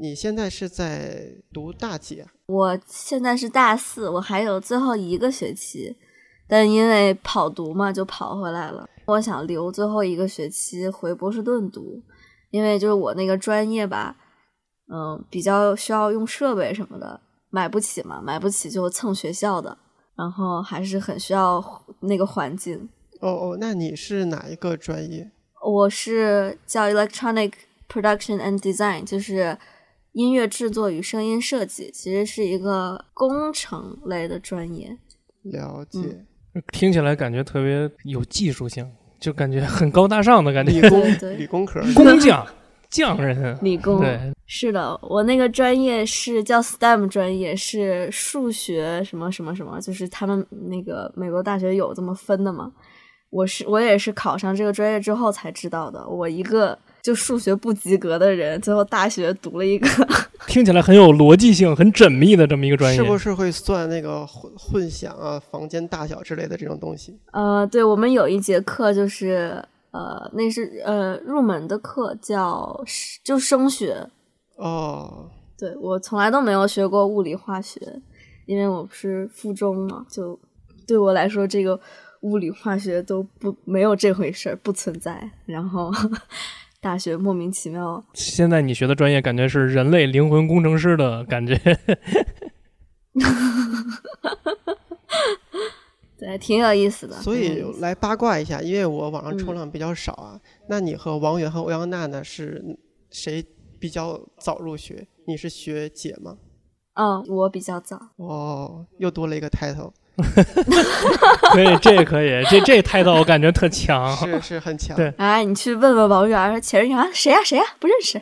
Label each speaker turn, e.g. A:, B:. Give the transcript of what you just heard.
A: 你现在是在读大几啊？
B: 我现在是大四，我还有最后一个学期，但因为跑读嘛，就跑回来了。我想留最后一个学期回波士顿读，因为就是我那个专业吧，嗯，比较需要用设备什么的，买不起嘛，买不起就蹭学校的，然后还是很需要那个环境。
A: 哦哦，那你是哪一个专业？
B: 我是叫 Electronic Production and Design，就是音乐制作与声音设计，其实是一个工程类的专业。
A: 了解，
B: 嗯
C: 听起来感觉特别有技术性，就感觉很高大上的感
A: 理
C: 觉。
A: 工
B: 对对
A: 理工 科。
C: 工匠、匠人，
B: 理工
C: 对，
B: 是的，我那个专业是叫 STEM 专业，是数学什么什么什么，就是他们那个美国大学有这么分的嘛。我是我也是考上这个专业之后才知道的，我一个就数学不及格的人，最后大学读了一个
C: 听起来很有逻辑性、很缜密的这么一个专业。
A: 是不是会算那个混混响啊、房间大小之类的这种东西？
B: 呃，对我们有一节课就是呃，那是呃入门的课叫就声学，
A: 哦，
B: 对我从来都没有学过物理化学，因为我不是附中嘛，就对我来说这个物理化学都不没有这回事儿，不存在。然后大学莫名其妙，
C: 现在你学的专业感觉是人类灵魂工程师的感觉，
B: 对，挺有意思的。嗯
A: 所
B: 挺
A: 以
B: 有意思
A: 来八卦一下，因为我网上
B: 嗯
A: 冲浪比较少啊。那你和王源和欧阳娜娜是谁比较早入学？你是学姐吗？
B: 嗯，我比较早，
A: 哦，又多了一个 title，
C: 可以，这可以，这这态度我感觉特强。
A: 是是很强。
C: 对
B: 哎，你去问问王源，前人啊，谁呀、谁呀、不认识。